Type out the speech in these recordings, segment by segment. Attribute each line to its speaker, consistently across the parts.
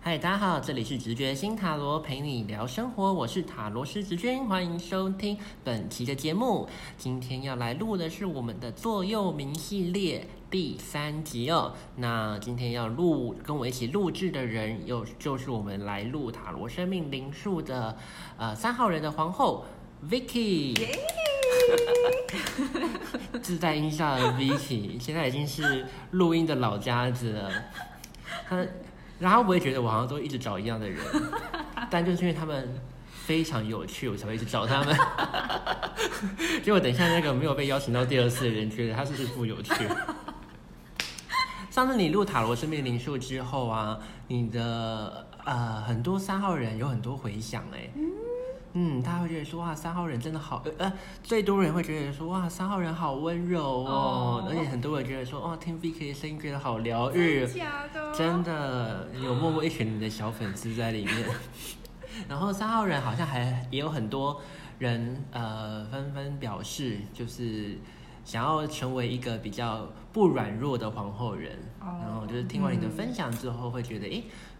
Speaker 1: 嗨，大家好，这里是直觉新塔罗，陪你聊生活，我是塔罗师直君，欢迎收听本期的节目。今天要来录的是我们的座右铭系列第三集哦。那今天要录跟我一起录制的人，有就是我们来录塔罗生命灵数的呃三号人的皇后 Vicky。自带音效的 Vicky，现在已经是录音的老家子了。他，然后我也觉得我好像都一直找一样的人，但就是因为他们非常有趣，我才会一直找他们。 结果等一下那个没有被邀请到第二次的人，觉得他是不是不有趣？ 上次你录塔罗生命灵数之后啊，你的呃很多三号人有很多回响哎、嗯，大家会觉得说哇，三号人真的好，呃，呃最多人会觉得说哇，三号人好温柔哦，
Speaker 2: 哦
Speaker 1: 而且很多人觉得说哇，听 Vicky 的声音觉得好疗愈，
Speaker 2: 假的哦
Speaker 1: 真的有默默一群你的小粉丝在里面。 然后三号人好像还也有很多人呃纷纷表示，就是想要成为一个比较不软弱的皇后人。
Speaker 2: 哦
Speaker 1: 然后就是听完你的分享之后，会觉得诶，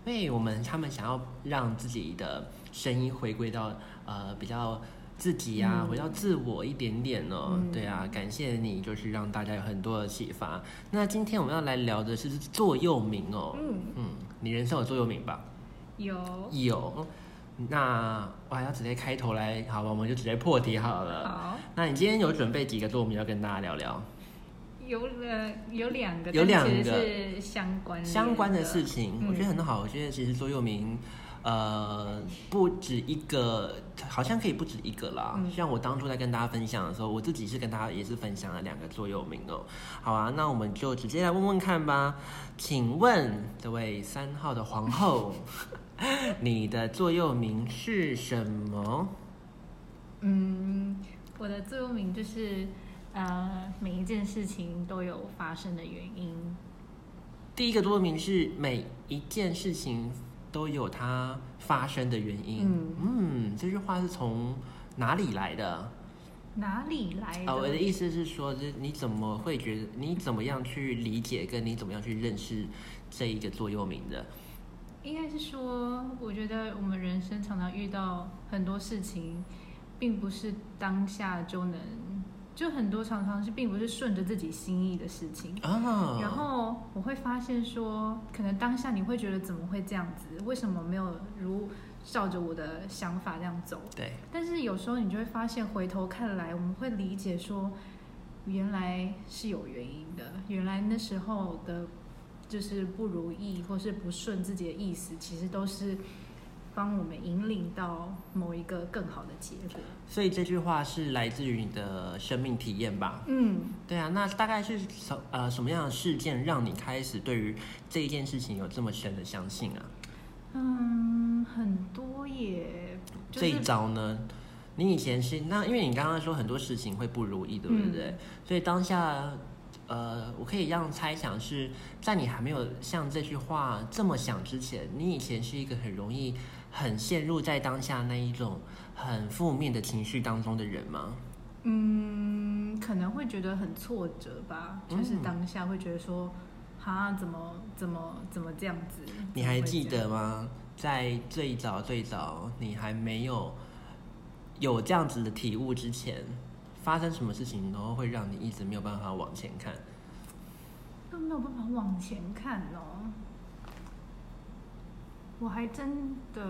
Speaker 1: 因为我们他们想要让自己的声音回归到呃比较。自己啊，
Speaker 2: 嗯
Speaker 1: 回到自我一点点哦，
Speaker 2: 嗯
Speaker 1: 对啊，感谢你，就是让大家有很多的启发。那今天我们要来聊的是座右铭哦，
Speaker 2: 嗯，
Speaker 1: 嗯，你人生有座右铭吧？
Speaker 2: 有
Speaker 1: 有。那我还要直接开头来，好吧，我们就直接破题好了。
Speaker 2: 好
Speaker 1: 那你今天有准备几个座右铭要跟大家聊聊
Speaker 2: 有了有两个，
Speaker 1: 有
Speaker 2: 但
Speaker 1: 两
Speaker 2: 其实
Speaker 1: 个
Speaker 2: 是相关联
Speaker 1: 相关的事情？
Speaker 2: 嗯
Speaker 1: 我觉得很好，我觉得其实座右铭，呃，不止一个，好像可以不止一个啦。
Speaker 2: 嗯
Speaker 1: 像我当初在跟大家分享的时候，我自己是跟大家也是分享了两个座右铭哦。好啊，那我们就直接来问问看吧。请问这位三号的皇 后，你的座右铭是什么？
Speaker 2: 嗯，我的座右铭就是呃，每一件事情都有发生的原因。
Speaker 1: 第一个座右铭是每一件事情都有它发生的原因。嗯这句话是从哪里来的？啊、
Speaker 2: 哪里来的？
Speaker 1: 我的意思是说，就是你怎么会觉得，你怎么样去理解，跟你怎么样去认识这一个座右铭的？
Speaker 2: 应该是说，我觉得我们人生常常遇到很多事情，并不是当下就能，就很多常常是并不是顺着自己心意的事情。
Speaker 1: 啊，
Speaker 2: 然后我会发现说，可能当下你会觉得怎么会这样子？为什么没有如照着我的想法这样走？
Speaker 1: 对，
Speaker 2: 但是有时候你就会发现，回头看来，我们会理解说，原来是有原因的，原来那时候的，就是不如意或是不顺自己的意思，其实都是帮我们引领到某一个更好的结果。
Speaker 1: 所以这句话是来自于你的生命体验吧？
Speaker 2: 嗯，
Speaker 1: 对啊，那大概是什呃什么样的事件让你开始对于这一件事情有这么深的相信啊？
Speaker 2: 嗯，很多也就
Speaker 1: 这一
Speaker 2: 是
Speaker 1: 招呢？你以前是那，因为你刚刚说很多事情会不如意，对
Speaker 2: 嗯
Speaker 1: 不对？所以当下，呃，我可以让猜想是在你还没有像这句话这么想之前，你以前是一个很容易、很陷入在当下那一种很负面的情绪当中的人吗？
Speaker 2: 嗯，可能会觉得很挫折吧，就是
Speaker 1: 嗯
Speaker 2: 当下会觉得说，哈，怎么怎么怎么这样子？
Speaker 1: 你
Speaker 2: 怎么
Speaker 1: 还
Speaker 2: 会
Speaker 1: 记
Speaker 2: 这样？
Speaker 1: 得吗？在最早最早，你还没有有这样子的体悟之前，发生什么事情，然后会让你一直没有办法往前看？
Speaker 2: 都没有办法往前看哦。我还真的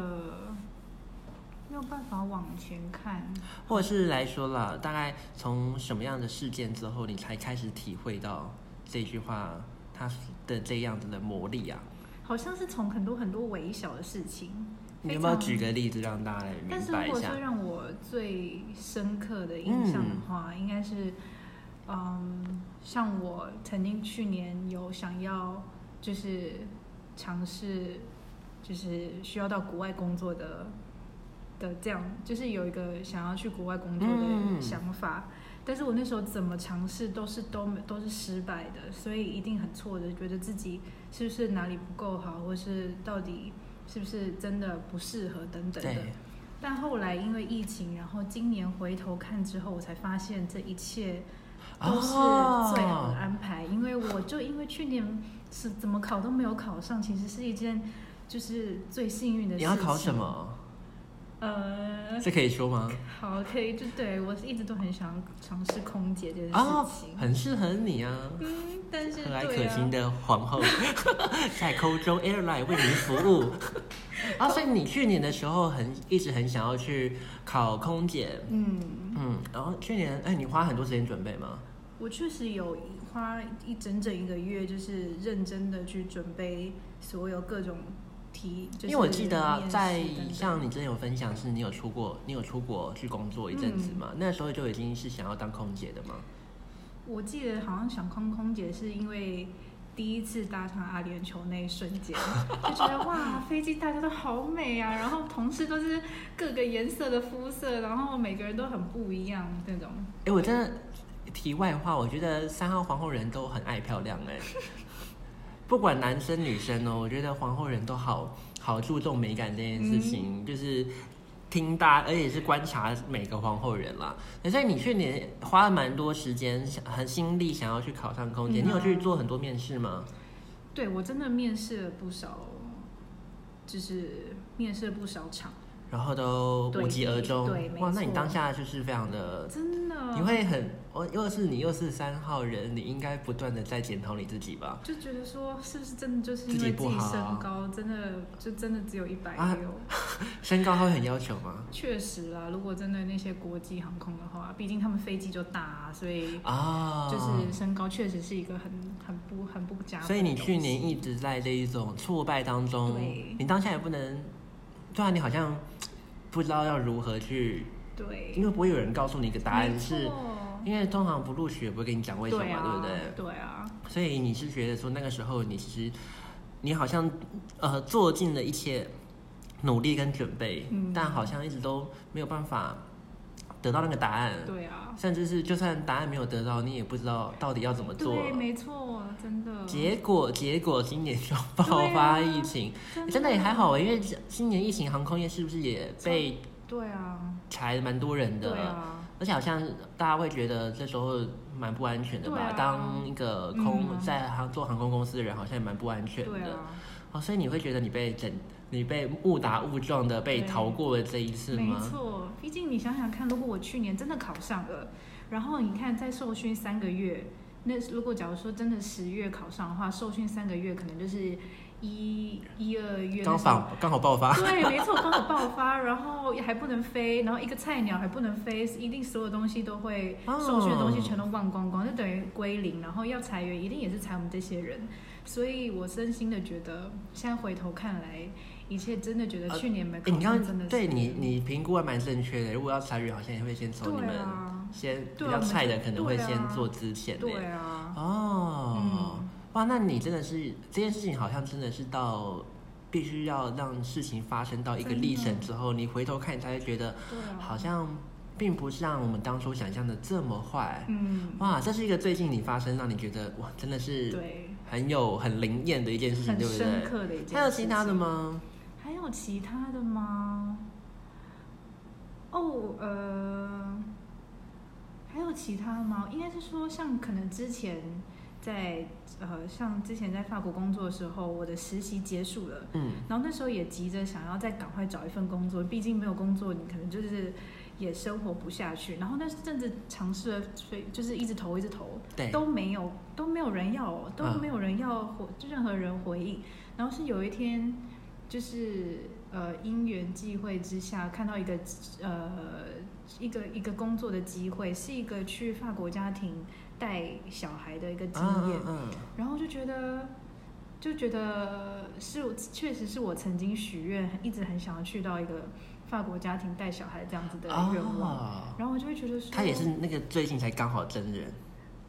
Speaker 2: 没有办法往前看。
Speaker 1: 或者是来说啦，大概从什么样的事件之后，你才开始体会到这句话它的这样子的魔力啊？
Speaker 2: 好像是从很多很多微小的事情，
Speaker 1: 你
Speaker 2: 非
Speaker 1: 有没有
Speaker 2: 常
Speaker 1: 举个例子让大家来明
Speaker 2: 但是
Speaker 1: 白
Speaker 2: 如
Speaker 1: 一
Speaker 2: 果
Speaker 1: 下
Speaker 2: 说？让我最深刻的印象的话，应该是，嗯，像我曾经去年有想要就是尝试，就是需要到国外工作的的这样，就是有一个想要去国外工作
Speaker 1: 嗯
Speaker 2: 的想法。但是我那时候怎么尝试都是都没都是失败的，所以一定很挫折，觉得自己是不是哪里不够好，或是到底是不是真的不适合等等的。
Speaker 1: 对，
Speaker 2: 但后来因为疫情，然后今年回头看之后，我才发现这一切都是最好
Speaker 1: 哦，
Speaker 2: 的安排。因为我就因为去年是怎么考都没有考上，其实是一件就是最幸运的事
Speaker 1: 你
Speaker 2: 情。
Speaker 1: 要考什？么？
Speaker 2: 呃，
Speaker 1: 这可以说吗？
Speaker 2: 好，可以，就对我一直都很想尝试空姐这件
Speaker 1: 哦
Speaker 2: 事情，
Speaker 1: 很适合你啊，
Speaker 2: 嗯，但是
Speaker 1: 和蔼
Speaker 2: 对
Speaker 1: 可亲
Speaker 2: 啊，
Speaker 1: 的皇后， 在空中 airline 为您服 务。啊，所以你去年的时候很一直很想要去考空姐，
Speaker 2: 嗯，
Speaker 1: 嗯，然后去年哎，你花很多时间准备吗？
Speaker 2: 我确实有花一整整一个月，就是认真的去准备所有各种题，就是
Speaker 1: 因为我记得啊
Speaker 2: 面，试
Speaker 1: 在
Speaker 2: 等等
Speaker 1: 像你之前有分享，是你有出国，你有出国去工作一阵子
Speaker 2: 嗯
Speaker 1: 嘛？那时候就已经是想要当空姐的嘛？
Speaker 2: 我记得好像想空空姐是因为第一次搭上阿联酋那一瞬间， 就觉得哇，飞机大家都好美啊，然后同事都是各个颜色的肤色，然后每个人都很不一样那种。
Speaker 1: 哎、我真的题外话，我觉得三号皇后人都很爱漂亮哎、 不管男生女生哦，我觉得皇后人都好好注重美感这件事
Speaker 2: 嗯
Speaker 1: 情，就是听大，而且是观察每个皇后人啦。所以你去年花了蛮多时间、想很心力想要去考上空姐，
Speaker 2: 嗯啊
Speaker 1: 你有去做很多面试吗？
Speaker 2: 对我真的面试了不少，就是面试了不少场，
Speaker 1: 然后都无疾而终
Speaker 2: 对对，没
Speaker 1: 哇！那你
Speaker 2: 错嗯
Speaker 1: 当下就是非常的，
Speaker 2: 真的。
Speaker 1: 你会很，我又是你又是三号人，你应该不断的在检讨你自己吧？
Speaker 2: 就觉得说，是不是真的就是
Speaker 1: 自
Speaker 2: 因
Speaker 1: 己
Speaker 2: 为
Speaker 1: 不
Speaker 2: 自己
Speaker 1: 好
Speaker 2: 身高真的就真的只有一百
Speaker 1: 啊
Speaker 2: 六？
Speaker 1: 身高他会很要求吗？
Speaker 2: 确实啦，如果真的那些国际航空的话，毕竟他们飞机就大、啊，所以
Speaker 1: 啊，
Speaker 2: 就是身高确实是一个很很不很不加分的东西。
Speaker 1: 所以你去年一直在这一种挫败当中
Speaker 2: 对，
Speaker 1: 你当下也不能，对啊，你好像不知道要如何去，因
Speaker 2: 对，
Speaker 1: 为不会有人告诉你一个答案
Speaker 2: 没
Speaker 1: 是
Speaker 2: 错，
Speaker 1: 因为通常不录取也不会跟你讲为什么，
Speaker 2: 对啊，
Speaker 1: 不对？
Speaker 2: 对啊，
Speaker 1: 所以你是觉得说那个时候你其实你好像呃做尽了一切努力跟准备，
Speaker 2: 嗯
Speaker 1: 但好像一直都没有办法得到那个答案，
Speaker 2: 对啊，
Speaker 1: 甚至是就算答案没有得到，你也不知道到底要怎么做。
Speaker 2: 对，没错，真的，
Speaker 1: 结果，结果今年就爆
Speaker 2: 对
Speaker 1: 发
Speaker 2: 啊
Speaker 1: 疫情，
Speaker 2: 真
Speaker 1: 真的也还好欸因为今年疫情航空业是不是也被
Speaker 2: 对啊，
Speaker 1: 裁蛮多人的？
Speaker 2: 对啊，
Speaker 1: 而且好像大家会觉得这时候蛮不安全的吧？
Speaker 2: 对啊
Speaker 1: 当一个空、
Speaker 2: 嗯
Speaker 1: 在航做航空公司的人，好像也蛮不安全
Speaker 2: 对
Speaker 1: 的、
Speaker 2: 啊，
Speaker 1: 哦。所以你会觉得你被整，你被误打误撞的被
Speaker 2: 对
Speaker 1: 逃过了这一次
Speaker 2: 没
Speaker 1: 吗？
Speaker 2: 错，毕竟你想想看，如果我去年真的考上了，然后你看在受训三个月，那如果假如说真的十月考上的话，受训三个月可能就是一一二月
Speaker 1: 刚
Speaker 2: 那时候
Speaker 1: 好刚好爆发，
Speaker 2: 对，没错，刚好 爆发，然后还不能飞，然后一个菜鸟还不能飞，一定所有东西都会
Speaker 1: 哦
Speaker 2: 受训的东西全都忘光光，就等于归零，然后要裁员，一定也是裁我们这些人。所以我真心的觉得，现在回头看来，一切真的觉得
Speaker 1: 呃
Speaker 2: 去年没
Speaker 1: 欸、
Speaker 2: 考
Speaker 1: 你刚
Speaker 2: 上真的
Speaker 1: 刚
Speaker 2: 是
Speaker 1: 对你你评估还蛮正确的。如果要裁员，好像也会先从你
Speaker 2: 对
Speaker 1: 们
Speaker 2: 啊，
Speaker 1: 先比
Speaker 2: 对啊
Speaker 1: 较菜的，可能会
Speaker 2: 对啊
Speaker 1: 先做之前的。
Speaker 2: 对啊，
Speaker 1: 哦，
Speaker 2: 嗯
Speaker 1: 哇，那你真的是这件事情，好像真的是到必须要让事情发生到一个
Speaker 2: 真的
Speaker 1: 历程之后，你回头看，你才会觉得
Speaker 2: 对啊，
Speaker 1: 好像并不是让我们当初想象的这么坏。
Speaker 2: 嗯，
Speaker 1: 哇，这是一个最近你发生让你觉得哇，真的是
Speaker 2: 对，
Speaker 1: 很有很灵验的一件事情，
Speaker 2: 很
Speaker 1: 对不
Speaker 2: 深
Speaker 1: 对？
Speaker 2: 刻的一件事情。
Speaker 1: 还有其他的吗？
Speaker 2: 还有其他的吗？哦，呃，还有其他的吗？应该是说，像可能之前在呃，像之前在法国工作的时候，我的实习结束了，
Speaker 1: 嗯，
Speaker 2: 然后那时候也急着想要再赶快找一份工作，毕竟没有工作，你可能就是也生活不下去。然后那阵子尝试了，所以就是一直投，一直投，
Speaker 1: 对，
Speaker 2: 都没有都没有人要哦，都
Speaker 1: 嗯
Speaker 2: 没有人要回，就任何人回应。然后是有一天，就是呃因缘际会之下，看到一个呃一个一个工作的机会，是一个去法国家庭带小孩的一个经验。
Speaker 1: 嗯嗯
Speaker 2: 然后就觉得，就觉得是我确实是我曾经许愿，一直很想要去到一个法国家庭带小孩这样子的
Speaker 1: 嗯，
Speaker 2: 愿望。
Speaker 1: 哦，
Speaker 2: 然后我就会觉得说，
Speaker 1: 他也是那个最近才刚好真人，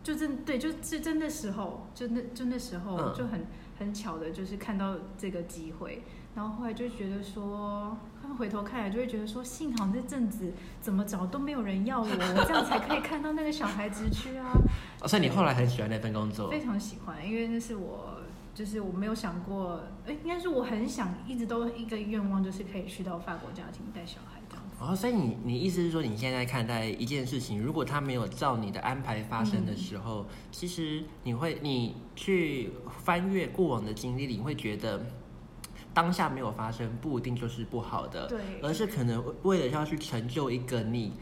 Speaker 2: 就真对，就就真的时候，就那就那时候、
Speaker 1: 嗯
Speaker 2: 就很很巧的，就是看到这个机会，然后后来就觉得说，看回头看来就会觉得说，幸好这阵子怎么找都没有人要我，我这样才可以看到那个小孩子去啊，
Speaker 1: 哦所以你后来很喜欢那份工作
Speaker 2: 非，常喜欢，因为那是我就是我没有想过，哎，应该是我很想一直都一个愿望，就是可以去到法国家庭带小孩这样子。
Speaker 1: 哦，所以你你意思是说，你现在看待一件事情，如果它没有照你的安排发生的时候，
Speaker 2: 嗯
Speaker 1: 其实你会你去翻阅过往的经历，你会觉得当下没有发生，不一定就是不好的，
Speaker 2: 对，
Speaker 1: 而是可能为了要去成就一个你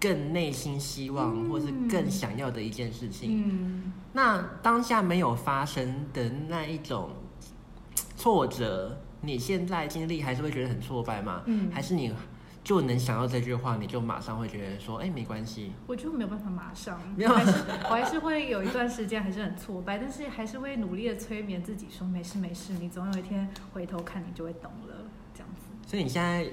Speaker 1: 更内心希望、
Speaker 2: 嗯
Speaker 1: 或是更想要的一件事情。
Speaker 2: 嗯，
Speaker 1: 那当下没有发生的那一种挫折，你现在经历还是会觉得很挫败吗？
Speaker 2: 嗯
Speaker 1: 还是你就能想到这句话，你就马上会觉得说，哎、没关系，
Speaker 2: 我就没有办法马上，
Speaker 1: 没有
Speaker 2: 我还是我还是会有一段时间还是很挫败，但是还是会努力的催眠自己说没事没事，你总有一天回头看你就会懂了，这样子。
Speaker 1: 所以你现在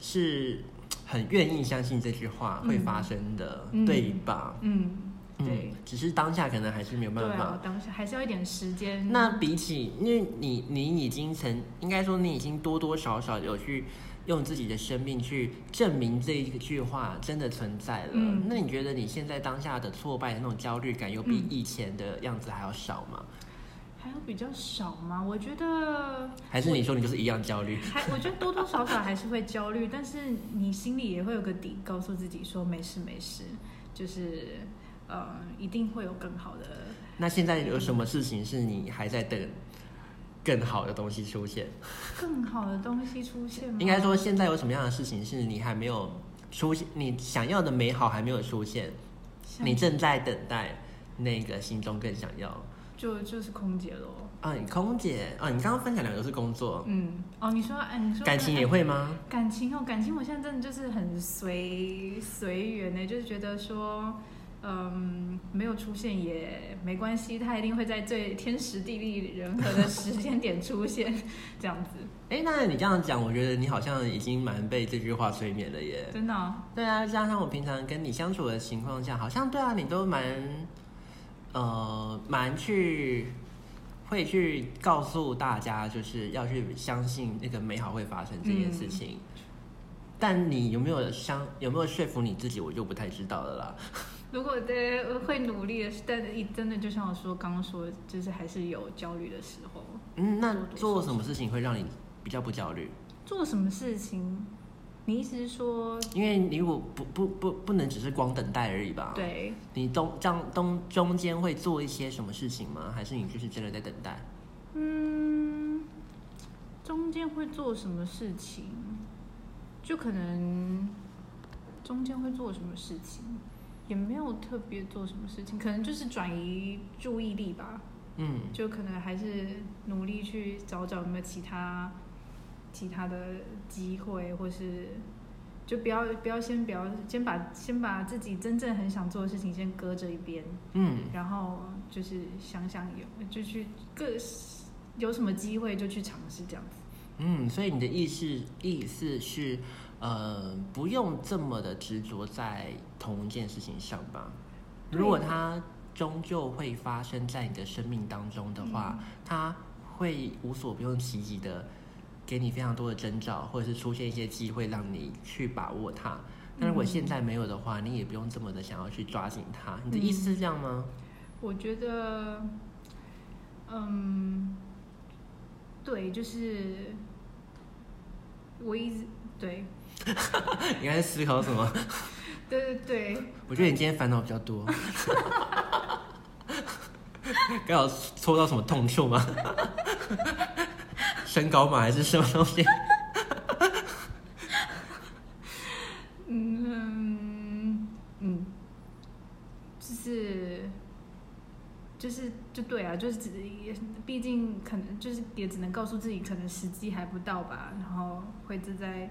Speaker 1: 是很愿意相信这句话会发生的，
Speaker 2: 嗯
Speaker 1: 对吧？
Speaker 2: 嗯，对
Speaker 1: 嗯，只是当下可能还是没有
Speaker 2: 对
Speaker 1: 办
Speaker 2: 啊
Speaker 1: 法。，
Speaker 2: 当时还是要一点时间。
Speaker 1: 那比起，因为你你已经曾应该说你已经多多少少有去用自己的生命去证明这一句话真的存在了。
Speaker 2: 嗯
Speaker 1: 那你觉得你现在当下的挫败的那种焦虑感，有比
Speaker 2: 嗯
Speaker 1: 以前的样子还要少吗？
Speaker 2: 还有比较少吗？我觉得
Speaker 1: 还是你说你就是一样焦虑？
Speaker 2: 还，嗯我觉得多多少少还是会焦虑，但是你心里也会有个底，告诉自己说没事没事，就是呃，一定会有更好的。
Speaker 1: 那现在有什么事情是你还在等更好的东西出现？
Speaker 2: 更好的东西出现吗？
Speaker 1: 应该说，现在有什么样的事情是你还没有出现，你想要的美好还没有出现，
Speaker 2: 像
Speaker 1: 你正在等待那个心中更想要。
Speaker 2: 就就是空姐咯。
Speaker 1: 啊，你空姐啊，你刚刚分享两个都是工作，
Speaker 2: 嗯，哦，你说，哎，你说
Speaker 1: 感情也会吗？
Speaker 2: 感情哦，感情我现在真的就是很随随缘呢，就是觉得说，嗯，没有出现也没关系，他一定会在最天时地利人和的时间点出现， 这样子，
Speaker 1: 哎、那你这样讲，我觉得你好像已经蛮被这句话催眠了耶。
Speaker 2: 真的哦、
Speaker 1: 对啊，加上我平常跟你相处的情况下，好像对啊，你都蛮，呃，蛮去会去告诉大家，就是要去相信那个美好会发生这件事情。但你有没有相有没有说服你自己，我就不太知道了啦。
Speaker 2: 如果对我会努力的，但是真的就像我说刚刚说，就是还是有焦虑的时候。
Speaker 1: 嗯，那
Speaker 2: 做
Speaker 1: 做
Speaker 2: 多
Speaker 1: 什么事情会让你比较不焦虑？
Speaker 2: 做什么事情？你意思是说，
Speaker 1: 因为你如果不不不不能只是光等待而已吧？，
Speaker 2: 对，
Speaker 1: 你中这样中中间会做一些什么事情吗？还是你就是真的在等待？
Speaker 2: 嗯，中间会做什么事情？就可能中间会做什么事情，也没有特别做什么事情，可能就是转移注意力吧。
Speaker 1: 嗯。
Speaker 2: 就可能还是努力去找找有没有其他其他的机会，或是就不要不要先不要先把先把自己真正很想做的事情先搁着一边，
Speaker 1: 嗯，
Speaker 2: 然后就是想想有就去各有什么机会就去尝试这样子。
Speaker 1: 嗯，所以你的意思意思是，呃，不用这么的执着在同一件事情上吧。
Speaker 2: 对
Speaker 1: 如果它终究会发生在你的生命当中的话，
Speaker 2: 嗯
Speaker 1: 它会无所不用其极的给你非常多的征兆，或者是出现一些机会让你去把握它。那如果
Speaker 2: 嗯
Speaker 1: 现在没有的话，你也不用这么的想要去抓紧它。你的意
Speaker 2: 嗯
Speaker 1: 思是这样吗？
Speaker 2: 我觉得，嗯，对，就是我一直对
Speaker 1: 你还在思考什么？
Speaker 2: 对对对。
Speaker 1: 我觉得你今天烦恼比较 多。刚好戳到什么痛处吗？ 身高吗？还是什么东西？
Speaker 2: 嗯嗯，就是就是就对啊，就是只也毕竟可能就是也只能告诉自己，可能时机还不到吧，然后会自在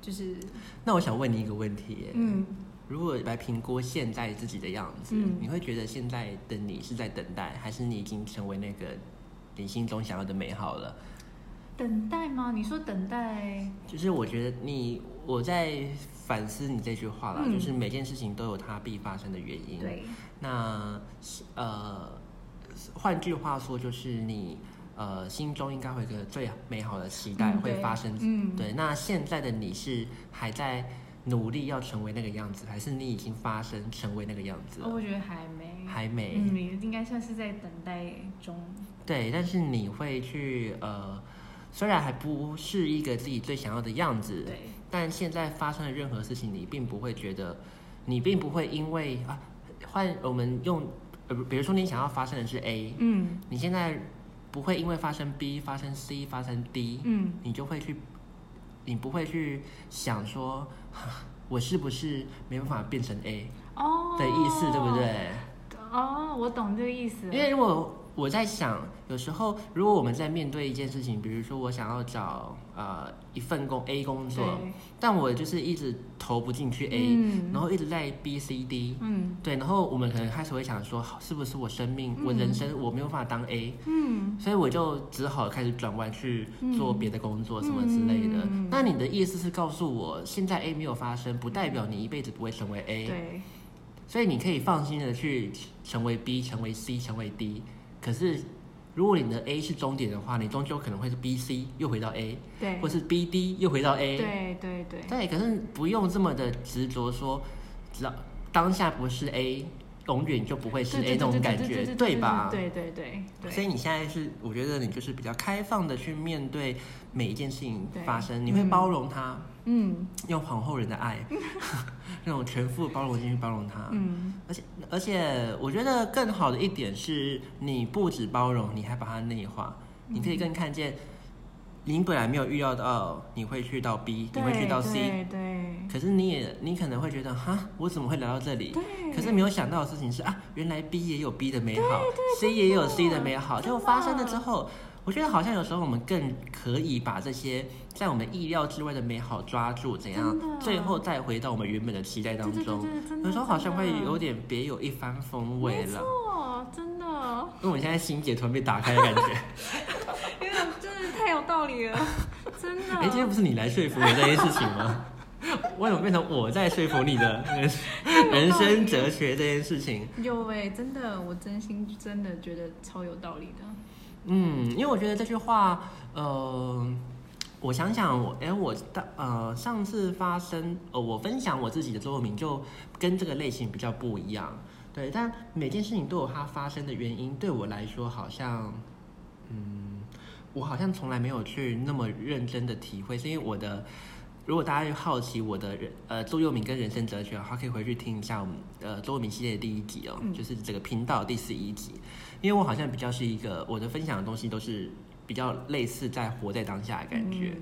Speaker 2: 就是
Speaker 1: 那我想问你一个问题耶，
Speaker 2: 嗯
Speaker 1: 如果来评估现在自己的样子，
Speaker 2: 嗯
Speaker 1: 你会觉得现在的你是在等待，还是你已经成为那个你心中想要的美好了？
Speaker 2: 等待吗？你说等待？
Speaker 1: 就是我觉得你，我在反思你这句话啦，
Speaker 2: 嗯
Speaker 1: 就是每件事情都有它必发生的原因。
Speaker 2: 对，
Speaker 1: 那呃，换句话说，就是你呃心中应该会有一个最美好的期待
Speaker 2: 嗯
Speaker 1: 会
Speaker 2: 对
Speaker 1: 发生。
Speaker 2: 嗯
Speaker 1: 对，那现在的你是还在努力要成为那个样子，还是你已经发生成为那个样子
Speaker 2: 哦，
Speaker 1: 了？
Speaker 2: 我觉得还没，
Speaker 1: 还没。
Speaker 2: 嗯，也应该算是在等待中。
Speaker 1: 对，但是你会去呃，虽然还不是一个自己最想要的样子，
Speaker 2: 对，
Speaker 1: 但现在发生的任何事情，你并不会觉得，你并不会因为啊，换我们用呃，比如说你想要发生的是 A，
Speaker 2: 嗯
Speaker 1: 你现在不会因为发生 B、发生 C、发生 D，
Speaker 2: 嗯
Speaker 1: 你就会去，你不会去想说，我是不是没办法变成 A
Speaker 2: 哦
Speaker 1: 的意思，对不？对？
Speaker 2: 哦，我懂这个意思了。
Speaker 1: 因为如果我在想，有时候如果我们在面对一件事情，比如说我想要找呃一份工 A 工作，
Speaker 2: 对，
Speaker 1: 但我就是一直投不进去 A，、
Speaker 2: 嗯
Speaker 1: 哎然后一直在 B、C、D，
Speaker 2: 嗯
Speaker 1: 对，然后我们可能开始会想说，好是不是我生命、
Speaker 2: 嗯
Speaker 1: 我人生我没有办法当 A，
Speaker 2: 嗯，
Speaker 1: 所以我就只好开始转弯去做别的工作什么之类的。
Speaker 2: 嗯
Speaker 1: 那你的意思是告诉我，现在 A 没有发生，不代表你一辈子不会成为 A，
Speaker 2: 对，
Speaker 1: 所以你可以放心的去成为 B、成为 C、成为 D。可是如果你的 A 是终点的话，你终究可能会是 B、C 又回到 A，
Speaker 2: 对
Speaker 1: 或，是哎 B、D 又回到 A。
Speaker 2: 对对对，
Speaker 1: 对，可是不用这么的执着说，只要当下不是 A，永远就不会是 A 那种感觉，对吧？
Speaker 2: 对对对对，
Speaker 1: 所以你现在是，我觉得你就是比较开放的去面对每一件事情发生，
Speaker 2: 对
Speaker 1: 你会包容它，
Speaker 2: 嗯
Speaker 1: 用皇后人的 爱，那种全副包容进去包容它。
Speaker 2: 嗯，
Speaker 1: 而且而且，我觉得更好的一点是，你不止包容，你还把它内化，你可以更看见，你本来没有预料到你会去到 B，你
Speaker 2: 对
Speaker 1: 会去到 C，
Speaker 2: 对对
Speaker 1: 可是你也你可能会觉得，哈，我怎么会来到这里？
Speaker 2: 对，
Speaker 1: 可是没有想到的事情是啊，原来 B 也有 B 的美好，C 也有 C 的美好。
Speaker 2: 真
Speaker 1: 就
Speaker 2: 的
Speaker 1: 发生了之后，我觉得好像有时候我们更可以把这些在我们意料之外的美好抓住，怎样
Speaker 2: 真的
Speaker 1: 最后再回到我们原本的期待当
Speaker 2: 对对
Speaker 1: 中。
Speaker 2: 对对真的
Speaker 1: 有时候好像会
Speaker 2: 真的
Speaker 1: 有点别有一番风味
Speaker 2: 没
Speaker 1: 了，
Speaker 2: 错，真的，
Speaker 1: 因为我现在心结突然被打开的感觉。
Speaker 2: 因为真的太有道理了，真的。
Speaker 1: 哎、今天不是你来说服我这件事情吗？ 为什么变成我在说服你的人人生哲学这件事情？
Speaker 2: 有哎、真的，我真心真的觉得超有道理的。
Speaker 1: 嗯，因为我觉得这句话，呃，我想想，我哎，我的呃，上次发生，呃，我分享我自己的座右铭就跟这个类型比较不一样，对，但每件事情都有它发生的原因，对我来说好像，嗯，我好像从来没有去那么认真的体会，是因为我的。如果大家好奇我的人呃座右铭跟人生哲学的话，可以回去听一下我们呃座右铭系列的第一集哦，
Speaker 2: 嗯
Speaker 1: 就是这个频道第十一集。因为我好像比较是一个我的分享的东西都是比较类似在活在当下的感
Speaker 2: 嗯
Speaker 1: 觉，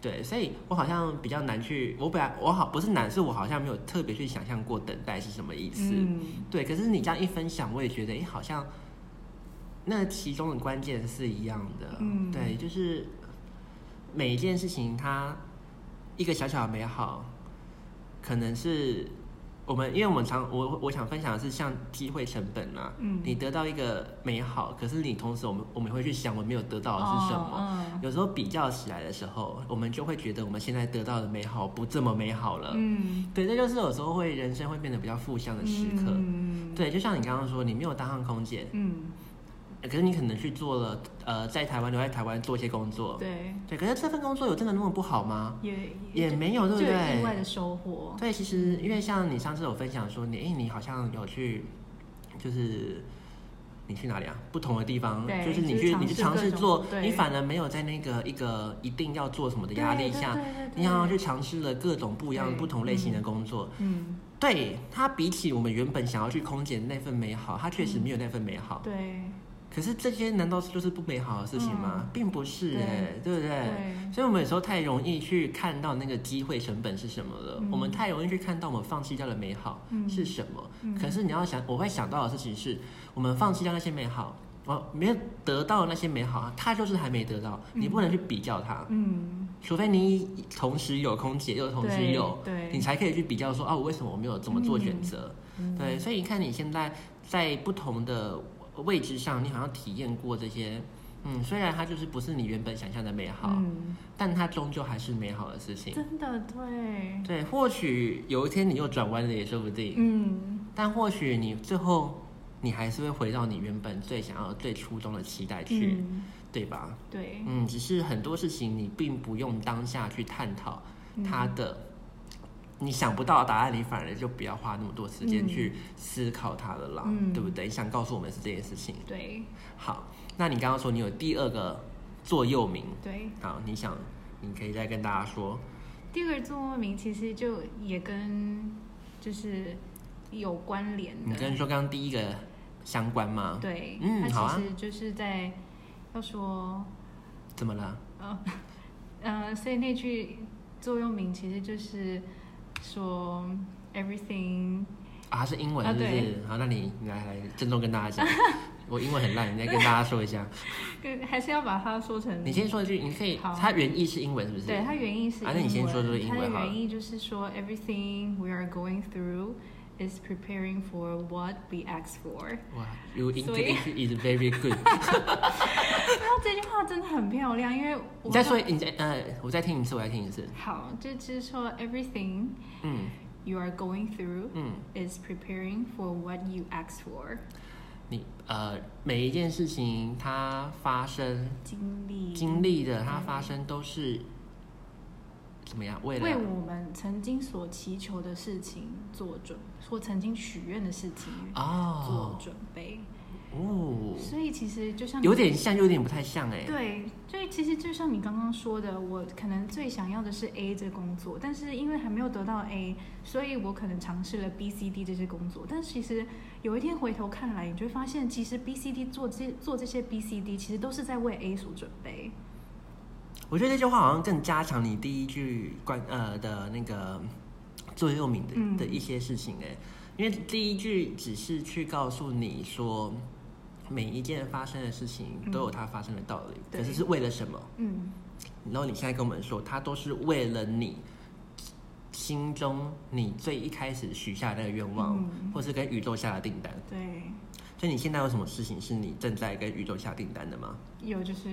Speaker 1: 对，所以我好像比较难去，我本来我好不是难，是我好像没有特别去想象过等待是什么意思，
Speaker 2: 嗯，
Speaker 1: 对。可是你这样一分享，我也觉得，哎、好像那其中的关键是一样的，
Speaker 2: 嗯
Speaker 1: 对，就是每一件事情它一个小小的美好，可能是我们，因为我们常我我想分享的是像机会成本啊，
Speaker 2: 嗯
Speaker 1: 你得到一个美好，可是你同时我们我们会去想我们没有得到的是什么。
Speaker 2: 么？
Speaker 1: 有时候比较起来的时候，我们就会觉得我们现在得到的美好不这么美好了。
Speaker 2: 嗯，
Speaker 1: 对，这就是有时候会人生会变得比较负向的时刻。
Speaker 2: 嗯，
Speaker 1: 对，就像你刚刚说，你没有当上空姐，
Speaker 2: 嗯，
Speaker 1: 可是你可能去做了，呃，在台湾留在台湾做一些工作。
Speaker 2: 对，
Speaker 1: 对，可是这份工作有真的那么不好吗？
Speaker 2: 嗯也
Speaker 1: 也没有，对
Speaker 2: 就
Speaker 1: 不
Speaker 2: 有意外
Speaker 1: 对？
Speaker 2: 的收获。
Speaker 1: 对，其实因为像你上次有分享说，你哎，你好像有去，就是你去哪里啊？不同的地方，
Speaker 2: 对
Speaker 1: 就是你
Speaker 2: 就是
Speaker 1: 去
Speaker 2: 尝
Speaker 1: 你
Speaker 2: 试
Speaker 1: 去尝试
Speaker 2: 各种
Speaker 1: 做，
Speaker 2: 对
Speaker 1: 你反而没有在那个一个一定要做什么的压力下，
Speaker 2: 对，对
Speaker 1: 你好像去，尝试了各种不一样、
Speaker 2: 对
Speaker 1: 不同类型的工作。
Speaker 2: 对对嗯，
Speaker 1: 对它比起我们原本想要去空姐的那份美好，它确
Speaker 2: 嗯
Speaker 1: 实没有那份美好。
Speaker 2: 对，
Speaker 1: 可是这些难道就是不美好的事情吗？
Speaker 2: 嗯
Speaker 1: 并不是
Speaker 2: 对
Speaker 1: 哎、对不对？
Speaker 2: 对，
Speaker 1: 所以，我们有时候太容易去看到那个机会成本是什么了，
Speaker 2: 嗯
Speaker 1: 我们太容易去看到我们放弃掉的美好
Speaker 2: 嗯
Speaker 1: 是什么。
Speaker 2: 嗯
Speaker 1: 可是，你要想，我会想到的事情是，我们放弃掉那些美好，我没有得到的那些美好，啊它就是还没得到，
Speaker 2: 嗯
Speaker 1: 你不能去比较它，
Speaker 2: 嗯，
Speaker 1: 除非你同时有空姐又同时
Speaker 2: 对
Speaker 1: 有，
Speaker 2: 对，
Speaker 1: 你才可以去比较说啊，我为什么我没有这么做选择？
Speaker 2: 嗯
Speaker 1: 对，所以你看你现在在不同的位置上，你好像体验过这些，嗯，虽然它就是不是你原本想象的美好，
Speaker 2: 嗯，
Speaker 1: 但它终究还是美好的事情。
Speaker 2: 真的对，
Speaker 1: 对，或许有一天你又转弯了也说不定，
Speaker 2: 嗯，
Speaker 1: 但或许你最后你还是会回到你原本最想要、最初衷的期待去，
Speaker 2: 嗯，
Speaker 1: 对吧？
Speaker 2: 对，
Speaker 1: 嗯，只是很多事情你并不用当下去探讨
Speaker 2: 嗯
Speaker 1: 它的。你想不到的答案，你反而就不要花那么多时间
Speaker 2: 嗯
Speaker 1: 去思考它了啦，
Speaker 2: 嗯
Speaker 1: 对不对？你想告诉我们是这件事情。
Speaker 2: 对
Speaker 1: 好，那你刚刚说你有第二个座右铭，
Speaker 2: 对。
Speaker 1: 好，你想你可以再跟大家说，
Speaker 2: 第二个座右铭其实就也跟就是有关联
Speaker 1: 你
Speaker 2: 的，
Speaker 1: 跟说刚刚第一个相关吗？
Speaker 2: 对，
Speaker 1: 嗯好
Speaker 2: 它
Speaker 1: 啊
Speaker 2: 其实就是在他说，
Speaker 1: 怎么了？
Speaker 2: 呃，所以那句座右铭其实就是说呃 everything
Speaker 1: 啊，它是英文
Speaker 2: 啊
Speaker 1: 是不是
Speaker 2: 对？
Speaker 1: 好，那你你来来郑重跟大 家讲，我英文很烂，你再跟大家说一下。
Speaker 2: 跟还是要把它说成
Speaker 1: 你先说一句，你可以，
Speaker 2: 好
Speaker 1: 它原意是英文是不是？
Speaker 2: 对，它原意是英文。
Speaker 1: 啊那你先说说英文
Speaker 2: 它的
Speaker 1: 好了
Speaker 2: 原意就是说，everything we are going through is preparing for what we ask for。
Speaker 1: 哇，You
Speaker 2: 所以
Speaker 1: English is very good。
Speaker 2: 然后这句话真的很漂亮，因为 我
Speaker 1: 你再说，你再呃，我再听一次，我再听一次。
Speaker 2: 好，这就是说，everything
Speaker 1: 嗯
Speaker 2: you are going through
Speaker 1: 嗯，
Speaker 2: is preparing for what you ask for。
Speaker 1: 你呃，每一件事情它发生
Speaker 2: 经历
Speaker 1: 经历的，它发生都是怎么样？为
Speaker 2: 为
Speaker 1: 了
Speaker 2: 我们曾经所祈求的事情做准，或曾经许愿的事情做
Speaker 1: 哦
Speaker 2: 准备。
Speaker 1: 哦，
Speaker 2: 所以其实就像你
Speaker 1: 有点像，又有点不太像哎。
Speaker 2: 对，就其实就像你刚刚说的，我可能最想要的是 A 这个工作，但是因为还没有得到 A，所以我可能尝试了 B、C、D 这些工作。但其实有一天回头看来，你就会发现，其实 B、C、D 做这做这些 B、C、D，其实都是在为 A 所准备。
Speaker 1: 我觉得这句话好像更加强你第一句关呃的那个座右铭的、
Speaker 2: 嗯
Speaker 1: 的一些事情哎、因为第一句只是去告诉你说每一件发生的事情都有它发生的道理，
Speaker 2: 对
Speaker 1: 可是是为了什么？
Speaker 2: 嗯，
Speaker 1: 然后你现在跟我们说，它都是为了你心中你最一开始许下的那个愿望，
Speaker 2: 嗯
Speaker 1: 或是跟宇宙下的订单。
Speaker 2: 对，
Speaker 1: 所以你现在有什么事情是你正在跟宇宙下订单的吗？
Speaker 2: 有就是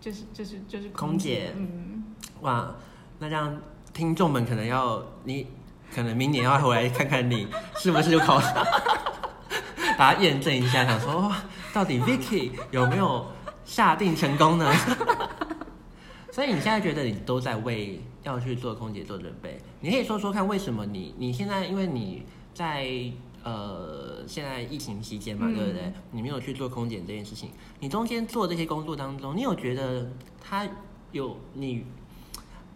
Speaker 2: 就是就是就是
Speaker 1: 空姐
Speaker 2: 嗯。
Speaker 1: 哇，那这样听众们可能要你，可能明年要回来看看你 是不是就考上，把它验证一下，想说哇，到底 Vicky 有没有下定成功呢？ 所以你现在觉得你都在为要去做空姐做准备，你可以说说看为什么你你现在因为你在呃现在疫情期间嘛，
Speaker 2: 嗯
Speaker 1: 对不对？你没有去做空姐这件事情，你中间做这些工作当中，你有觉得它有你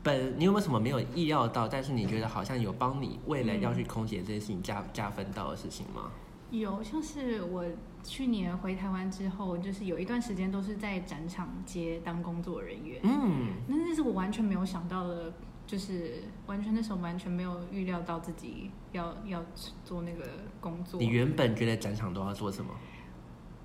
Speaker 1: 本你有没有什么没有意料到，但是你觉得好像有帮你未来要去空姐这件事情加加分到的事情吗？
Speaker 2: 有，像是我去年回台湾之后，就是有一段时间都是在展场街当工作人员，
Speaker 1: 嗯，
Speaker 2: 那那是我完全没有想到的，就是完全那时候完全没有预料到自己要要做那个工作
Speaker 1: 你。原本觉得展场都要做什么？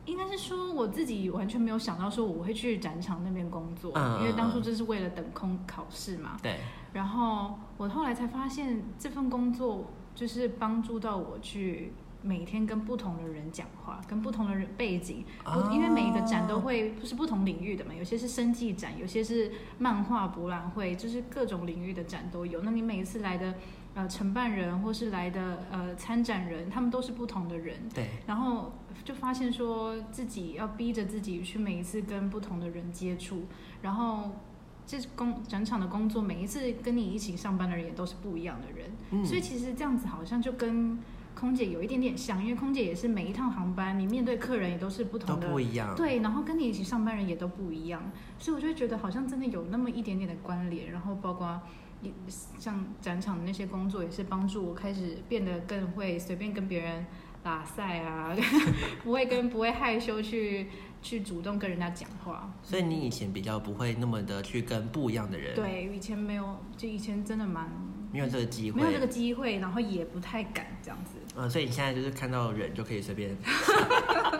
Speaker 2: 应该是说我自己完全没有想到说我会去展场那边工作，
Speaker 1: 嗯
Speaker 2: 因为当初
Speaker 1: 嗯嗯
Speaker 2: 就是为了等空考试嘛。
Speaker 1: 对，
Speaker 2: 然后我后来才发现，这份工作就是帮助到我去每天跟不同的人讲话，跟不同的人背景，不因为每一个展都会不是不同领域的嘛，有些是生技展，有些是漫画博览会，就是各种领域的展都有。那你每一次来的呃承办人或是来的呃参展人，他们都是不同的人，
Speaker 1: 对，
Speaker 2: 然后就发现说自己要逼着自己去每一次跟不同的人接触，然后这工展场的工作，每一次跟你一起上班的人也都是不一样的人，
Speaker 1: 嗯，
Speaker 2: 所以其实这样子好像就跟空姐有一点点像，因为空姐也是每一趟航班，你面对客人也都是不
Speaker 1: 都
Speaker 2: 同的
Speaker 1: 不。一样。
Speaker 2: 对，然后跟你一起上班人也都不一样，所以我就会觉得好像真的有那么一点点的关联，然后包括也像展场的那些工作也是帮助我开始变得更会随便跟别人拉塞啊， 不会跟不会害羞去去主动跟人家讲话。
Speaker 1: 所以你以前比较不会那么的去跟不一样的人，，
Speaker 2: 对，以前没有，就以前真的蛮
Speaker 1: 没有这个机会，
Speaker 2: 没有这个机会，然后也不太敢这样子。
Speaker 1: 呃，所以你现在就是看到人就可以随便，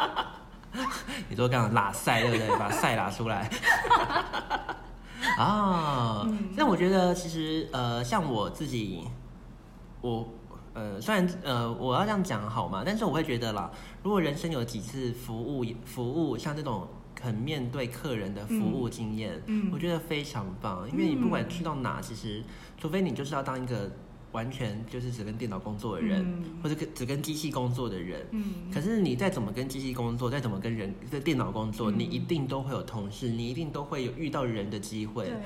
Speaker 1: 你说刚刚拉塞对不对？把塞拉出来。啊、
Speaker 2: 嗯
Speaker 1: 那我觉得其实呃，像我自己，我呃，虽然呃，我要这样讲好嘛，但是我会觉得啦，如果人生有几次服务服务，像这种很面对客人的服务经验，
Speaker 2: 嗯
Speaker 1: 我觉得非常棒，因为你不管
Speaker 2: 嗯
Speaker 1: 去到哪，其实除非你就是要当一个完全就是只跟电脑工作的人，
Speaker 2: 嗯
Speaker 1: 或者跟只跟机器工作的人。
Speaker 2: 嗯
Speaker 1: 可是你再怎么跟机器工作，再怎么跟人在电脑工作，
Speaker 2: 嗯
Speaker 1: 你一定都会有同事，你一定都会有遇到人的机会
Speaker 2: 对。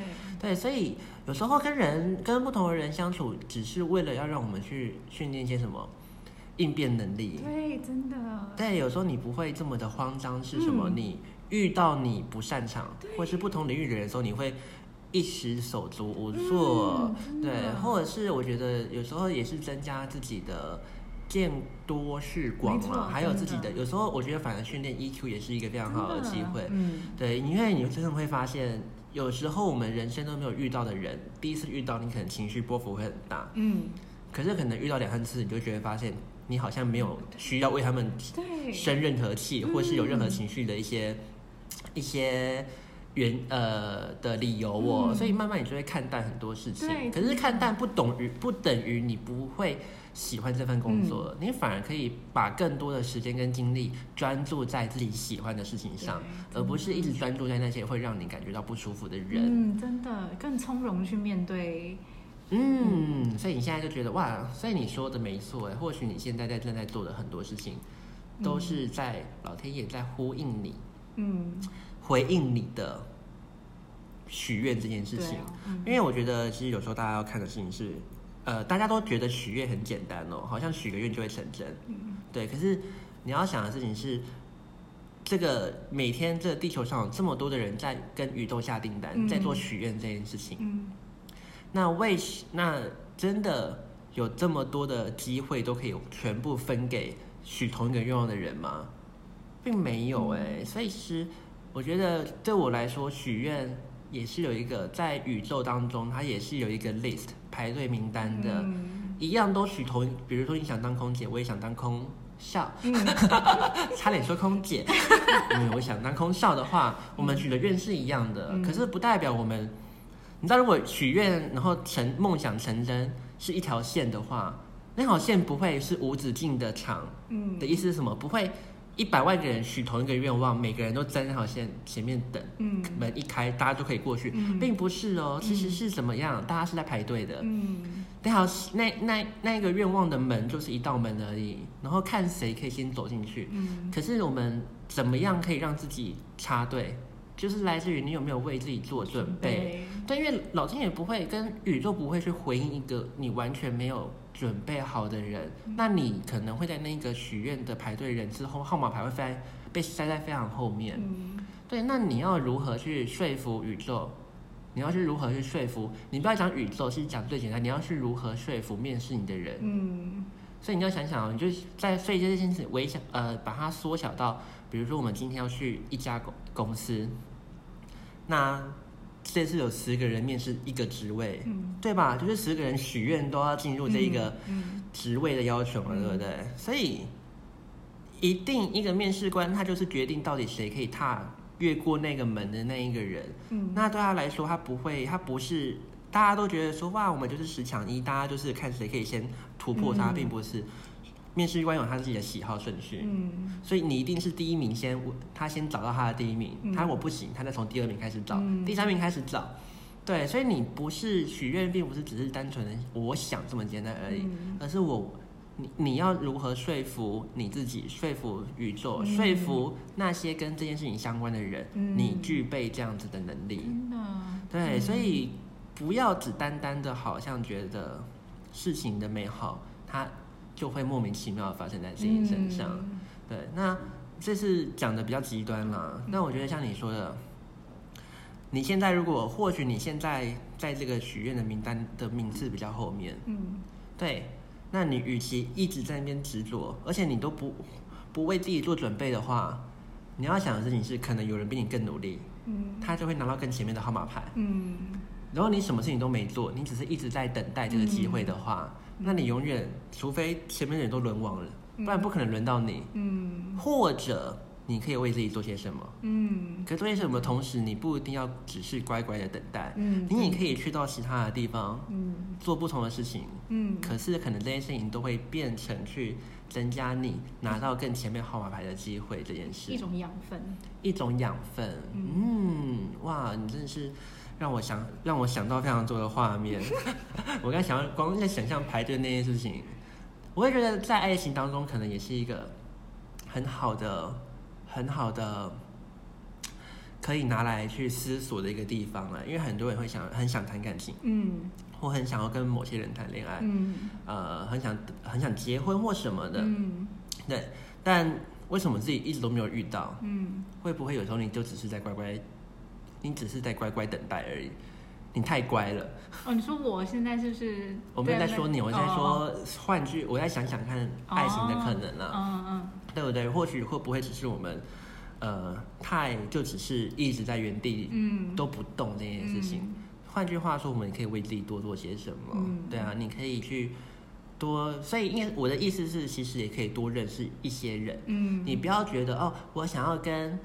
Speaker 1: 对，所以有时候跟人跟不同的人相处，只是为了要让我们去训练一些什么应变能力。
Speaker 2: 对，真的
Speaker 1: 对，有时候你不会这么的慌张，是什么？
Speaker 2: 嗯
Speaker 1: 你遇到你不擅长或是不同领域的人的时候，你会一时手足无措。
Speaker 2: 嗯真的
Speaker 1: 对，或者是我觉得有时候也是增加自己的见多识广
Speaker 2: 没
Speaker 1: 了
Speaker 2: 错，
Speaker 1: 还有自己的，
Speaker 2: 真的
Speaker 1: 有时候我觉得反而训练 EQ 也是一个非常好的机会。
Speaker 2: 嗯，
Speaker 1: 对，因为你真的会发现，有时候我们人生都没有遇到的人，第一次遇到你可能情绪波幅会很大，
Speaker 2: 嗯，
Speaker 1: 可是可能遇到两三次，你就觉得发现你好像没有需要为他们
Speaker 2: 对，
Speaker 1: 生任何气，
Speaker 2: 嗯
Speaker 1: 或是有任何情绪的一些一些原呃的理由哦，
Speaker 2: 嗯
Speaker 1: 所以慢慢你就会看淡很多事
Speaker 2: 对
Speaker 1: 情。可是看淡不等于不等于你不会喜欢这份工作，
Speaker 2: 嗯
Speaker 1: 你反而可以把更多的时间跟精力专注在自己喜欢的事情上，而不是一直专注在那些会让你感觉到不舒服的人。
Speaker 2: 嗯，真的更从容去面对，
Speaker 1: 嗯，所以你现在就觉得哇，所以你说的没错哎，或许你现在在正在做的很多事情，都是在老天爷在呼应你。
Speaker 2: 嗯，
Speaker 1: 回应你的许愿这件事
Speaker 2: 对
Speaker 1: 情。
Speaker 2: 啊，嗯
Speaker 1: 因为我觉得，其实有时候大家要看的事情是，呃，大家都觉得许愿很简单哦，好像许个愿就会成真，
Speaker 2: 嗯
Speaker 1: 对。可是你要想的事情是，这个每天这个地球上有这么多的人在跟宇宙下订单，
Speaker 2: 嗯
Speaker 1: 在做许愿这件事情，
Speaker 2: 嗯，
Speaker 1: 那为那真的有这么多的机会都可以全部分给许同一个愿望的人吗？并没有哎、所以其实我觉得对我来说，许愿也是有一个在宇宙当中，它也是有一个 list 排队名单的，
Speaker 2: 嗯
Speaker 1: 一样都许同，比如说你想当空姐，我也想当空少，
Speaker 2: 嗯
Speaker 1: 差点说空 姐，嗯，我想当空少的话，我们许的愿是一样的，
Speaker 2: 嗯
Speaker 1: 可是不代表我们，你知道，如果许愿然后成梦想成真是一条线的话，那条线不会是无止境的长。
Speaker 2: 嗯
Speaker 1: 的意思是什么？不会一百万个人许同一个愿望，每个人都站在那条线前面等，
Speaker 2: 嗯
Speaker 1: 门一开大家都可以过去，
Speaker 2: 嗯
Speaker 1: 并不是哦，其实是怎么样，大家是在排队的。
Speaker 2: 嗯
Speaker 1: 那条那那那一个愿望的门就是一道门而已，然后看谁可以先走进去。
Speaker 2: 嗯，
Speaker 1: 可是我们怎么样可以让自己插队，就是来自于你有没有为自己做准备。对，
Speaker 2: 对，
Speaker 1: 因为老天也不会跟宇宙不会去回应一个你完全没有准备好的人，那你可能会在那个许愿的排队人之后号码牌会塞被塞在非常后面。
Speaker 2: 嗯
Speaker 1: 对，那你要如何去说服宇宙？你要去如何去说服？你不要讲宇宙，是讲最简单，你要去如何说服面试你的人？
Speaker 2: 嗯
Speaker 1: 所以你要想想哦，你就在所以这件事微小呃，把它缩小到，比如说我们今天要去一家公公司，那这次有十个人面试一个职位，
Speaker 2: 嗯，
Speaker 1: 对吧？就是十个人许愿都要进入这一个
Speaker 2: 嗯，
Speaker 1: 职位的要求嘛，
Speaker 2: 嗯
Speaker 1: 对不对？所以一定一个面试官他就是决定到底谁可以踏越过那个门的那一个人。
Speaker 2: 嗯
Speaker 1: 那对他来说，他不会，他不是大家都觉得说哇，我们就是十强一，大家就是看谁可以先突破他，
Speaker 2: 嗯
Speaker 1: 并不是面试官有他自己的喜好顺序，
Speaker 2: 嗯
Speaker 1: 所以你一定是第一名先，他先找到他的第一名，
Speaker 2: 嗯
Speaker 1: 他我不行，他再从第二名开始找，
Speaker 2: 嗯
Speaker 1: 第三名开始找。对，所以你不是许愿，并不是只是单纯的我想这么简单而已，
Speaker 2: 嗯
Speaker 1: 而是我你你要如何说服你自己，说服宇宙，
Speaker 2: 嗯
Speaker 1: 说服那些跟这件事情相关的人，
Speaker 2: 嗯
Speaker 1: 你具备这样子的能力。
Speaker 2: 真的，
Speaker 1: 对，
Speaker 2: 嗯
Speaker 1: 所以不要只单单的好像觉得事情的美好，它就会莫名其妙地发生在自己身上。
Speaker 2: 嗯
Speaker 1: 对，那这是讲的比较极端啦。
Speaker 2: 嗯
Speaker 1: 那我觉得像你说的，你现在如果或许你现在在这个许愿的名单的名次比较后面，
Speaker 2: 嗯
Speaker 1: 对，那你与其一直在那边执着，而且你都不不为自己做准备的话，你要想的事情是，可能有人比你更努力，
Speaker 2: 嗯
Speaker 1: 他就会拿到更前面的号码牌。
Speaker 2: 嗯，
Speaker 1: 然后你什么事情都没做，你只是一直在等待这个机会的话，
Speaker 2: 嗯
Speaker 1: 那你永远，除非前面的人都沦亡了，不
Speaker 2: 嗯
Speaker 1: 然不可能轮到你。
Speaker 2: 嗯
Speaker 1: 或者你可以为自己做些什么，
Speaker 2: 嗯
Speaker 1: 可做些什么的同时，你不一定要只是乖乖的等待，
Speaker 2: 嗯，
Speaker 1: 你也可以去到其他的地方
Speaker 2: 嗯
Speaker 1: 做不同的事情。
Speaker 2: 嗯，
Speaker 1: 可是可能这件事情都会变成去增加你拿到更前面号码牌的机会这件事
Speaker 2: 一。种养分，
Speaker 1: 一种养分。嗯，哇，你真的是让我想让我想到非常多的画面。 我刚才想到光在想象排队那件事情，我会觉得在爱情当中可能也是一个很好的、很好的可以拿来去思索的一个地方了。因为很多人会想很想谈感情，
Speaker 2: 嗯
Speaker 1: 或很想要跟某些人谈恋爱，
Speaker 2: 嗯
Speaker 1: 呃，很想很想结婚或什么的。
Speaker 2: 嗯
Speaker 1: 对，但为什么自己一直都没有遇到？
Speaker 2: 嗯
Speaker 1: 会不会有时候你就只是在乖乖，你只是在乖乖等待而已？你太乖了。
Speaker 2: 哦，你说我现在是不是？
Speaker 1: 我没有在
Speaker 2: 对
Speaker 1: 说你，我在说换句，我在想想看爱情的可能
Speaker 2: 哦
Speaker 1: 啊，
Speaker 2: 嗯嗯，
Speaker 1: 对不对？或许会不会只是我们，呃，太就只是一直在原地
Speaker 2: 嗯，
Speaker 1: 都不动这件事情。换句话说，我们也可以为自己多做些什么。
Speaker 2: 嗯
Speaker 1: 对啊，你可以去多，所以因为我的意思是，其实也可以多认识一些人。
Speaker 2: 嗯，嗯，
Speaker 1: 你不要觉得哦，我想要跟，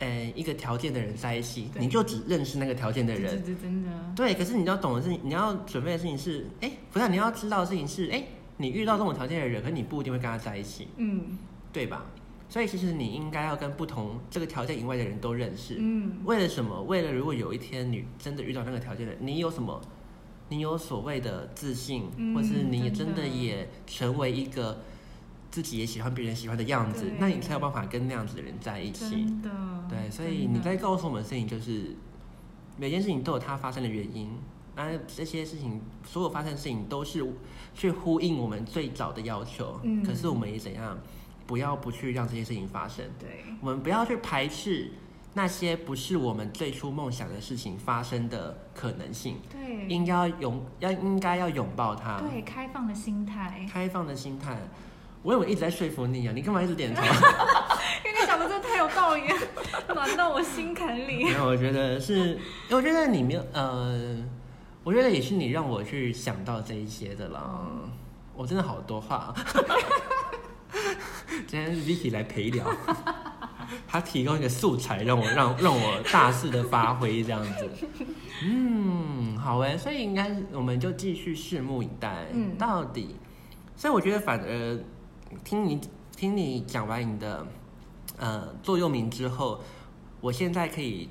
Speaker 1: 呃，一个条件的人在一起，
Speaker 2: 对
Speaker 1: 你就只认识那个条件的
Speaker 2: 对
Speaker 1: 人。
Speaker 2: 对对，真的，
Speaker 1: 对，可是你要懂的是，你要准备的事情是，哎，不是啊你要知道的事情是，哎，你遇到这种条件的人，可你不一定会跟他在一起，
Speaker 2: 嗯
Speaker 1: 对吧？所以其实你应该要跟不同这个条件以外的人都认识。
Speaker 2: 嗯，
Speaker 1: 为了什么？为了如果有一天你真的遇到那个条件的人，你有什么？你有所谓的自信，
Speaker 2: 嗯
Speaker 1: 或是你真
Speaker 2: 真
Speaker 1: 的
Speaker 2: 的
Speaker 1: 也成为一个自己也喜欢别人喜欢的样子
Speaker 2: 对，
Speaker 1: 那你才有办法跟那样子的人在一起。
Speaker 2: 真的，
Speaker 1: 对，所以
Speaker 2: 真的
Speaker 1: 你在告诉我们的事情就是，每件事情都有它发生的原因，那这些事情所有发生的事情都是去呼应我们最早的要求。
Speaker 2: 嗯
Speaker 1: 可是我们也怎样，不要不去让这些事情发生。
Speaker 2: 对，
Speaker 1: 我们不要去排斥那些不是我们最初梦想的事情发生的可能性，
Speaker 2: 对，
Speaker 1: 应该要拥要应该要拥抱它，
Speaker 2: 嗯对，开放的心态，
Speaker 1: 开放的心态。我以为一直在说服你啊，你干嘛一直点头？
Speaker 2: 因为你讲的真的太有道理了，暖到我心坎里。
Speaker 1: 没有，我觉得是，我觉得你没有，呃，我觉得也是你让我去想到这一些的啦。我真的好多话，今天是 Vicky 来陪聊， 他提供一个素材让我让让我大肆的发挥这样子。嗯，好哎，所以应该我们就继续拭目以待，
Speaker 2: 嗯
Speaker 1: 到底。所以我觉得反而听你听你讲完你的呃座右铭之后，我现在可以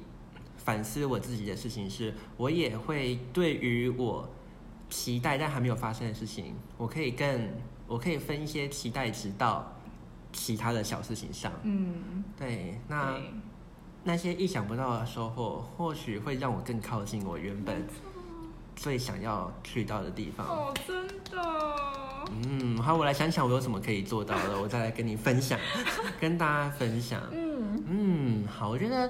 Speaker 1: 反思我自己的事情是，我也会对于我期待但还没有发生的事情，我可以更我可以分一些期待值到其他的小事情上。
Speaker 2: 嗯，
Speaker 1: 对，那
Speaker 2: 对，
Speaker 1: 那些意想不到的收获，或许会让我更靠近我原本最想要去到的地方。
Speaker 2: 哦，真的，
Speaker 1: 嗯，好，我来想想我有什么可以做到的，我再来跟你分 享，跟大家分享。
Speaker 2: 嗯
Speaker 1: 嗯，好，我觉得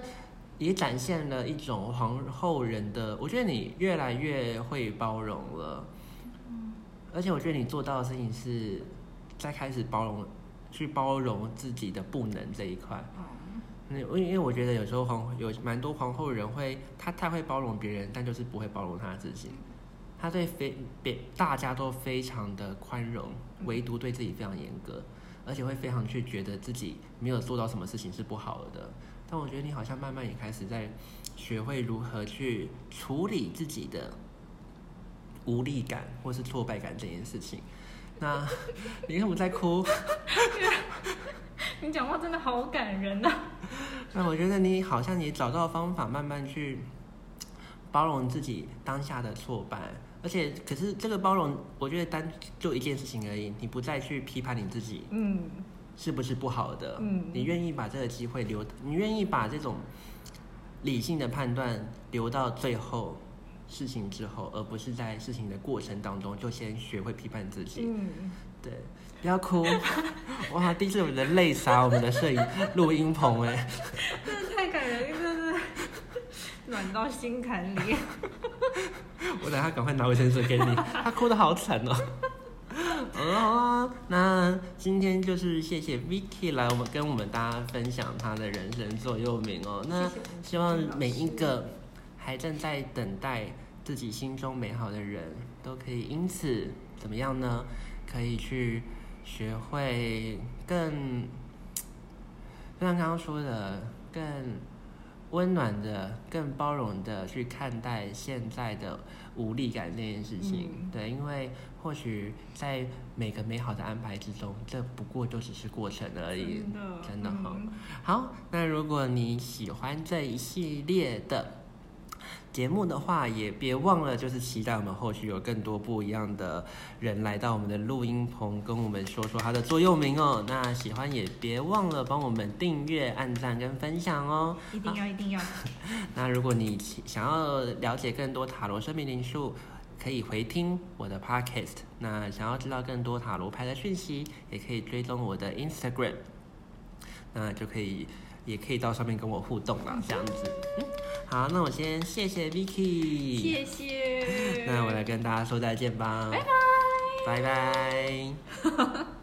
Speaker 1: 也展现了一种皇后人的，我觉得你越来越会包容了，而且我觉得你做到的事情是在开始包容，去包容自己的不能这一块。嗯，因为因为我觉得有时候皇有蛮多皇后人会，她太会包容别人，但就是不会包容她自己。她对非别大家都非常的宽容，唯独对自己非常严格，而且会非常去觉得自己没有做到什么事情是不好的。但我觉得你好像慢慢也开始在学会如何去处理自己的无力感或是挫败感这件事情。那 你为什么在哭？
Speaker 2: 你讲话真的好感人啊呐、
Speaker 1: 那我觉得你好像也找到方法，慢慢去包容自己当下的挫败，而且可是这个包容，我觉得单就一件事情而已，你不再去批判你自己
Speaker 2: 嗯
Speaker 1: 是不是不好的，
Speaker 2: 嗯
Speaker 1: 你愿意把这个机会留，你愿意把这种理性的判断留到最后事情之后，而不是在事情的过程当中就先学会批判自己。
Speaker 2: 嗯，
Speaker 1: 对，不要哭， 哇，第一次我们泪洒我们的摄影录音棚哎。
Speaker 2: 真的太感人，真的是暖到心坎里。
Speaker 1: 我等下赶快拿卫生纸给你，他哭的好惨哦。 哦，那今天就是谢谢 Vicky 来我们跟我们大家分享她的人生座右铭哦。 那
Speaker 2: 谢谢你
Speaker 1: 希望每一个还正在等待自己心中美好的人，都可以因此怎么样呢？可以去学会更，就像刚刚说的，更温暖的、更包容的去看待现在的无力感这件事情。
Speaker 2: 嗯
Speaker 1: 对，因为或许在每个美好的安排之中，这不过就只是过程而已。
Speaker 2: 真的，
Speaker 1: 真的好
Speaker 2: 嗯
Speaker 1: 好，那如果你喜欢这一系列的节目的话，也别忘了就是期待我们后续有更多不一样的人来到我们的录音棚，跟我们说说他的座右铭哦。那喜欢也别忘了帮我们订阅、按赞跟分享哦。
Speaker 2: 一定要一定要，
Speaker 1: 那如果你想要了解更多塔罗生命灵数，可以回听我的 podcast。那想要知道更多塔罗牌的讯息，也可以追踪我的 Instagram。那就可以也可以到上面跟我互动啦，这样子。嗯，好，那我先谢谢 Vicky，
Speaker 2: 谢谢。
Speaker 1: 那我来跟大家说再见吧，
Speaker 2: 拜拜，
Speaker 1: 拜拜。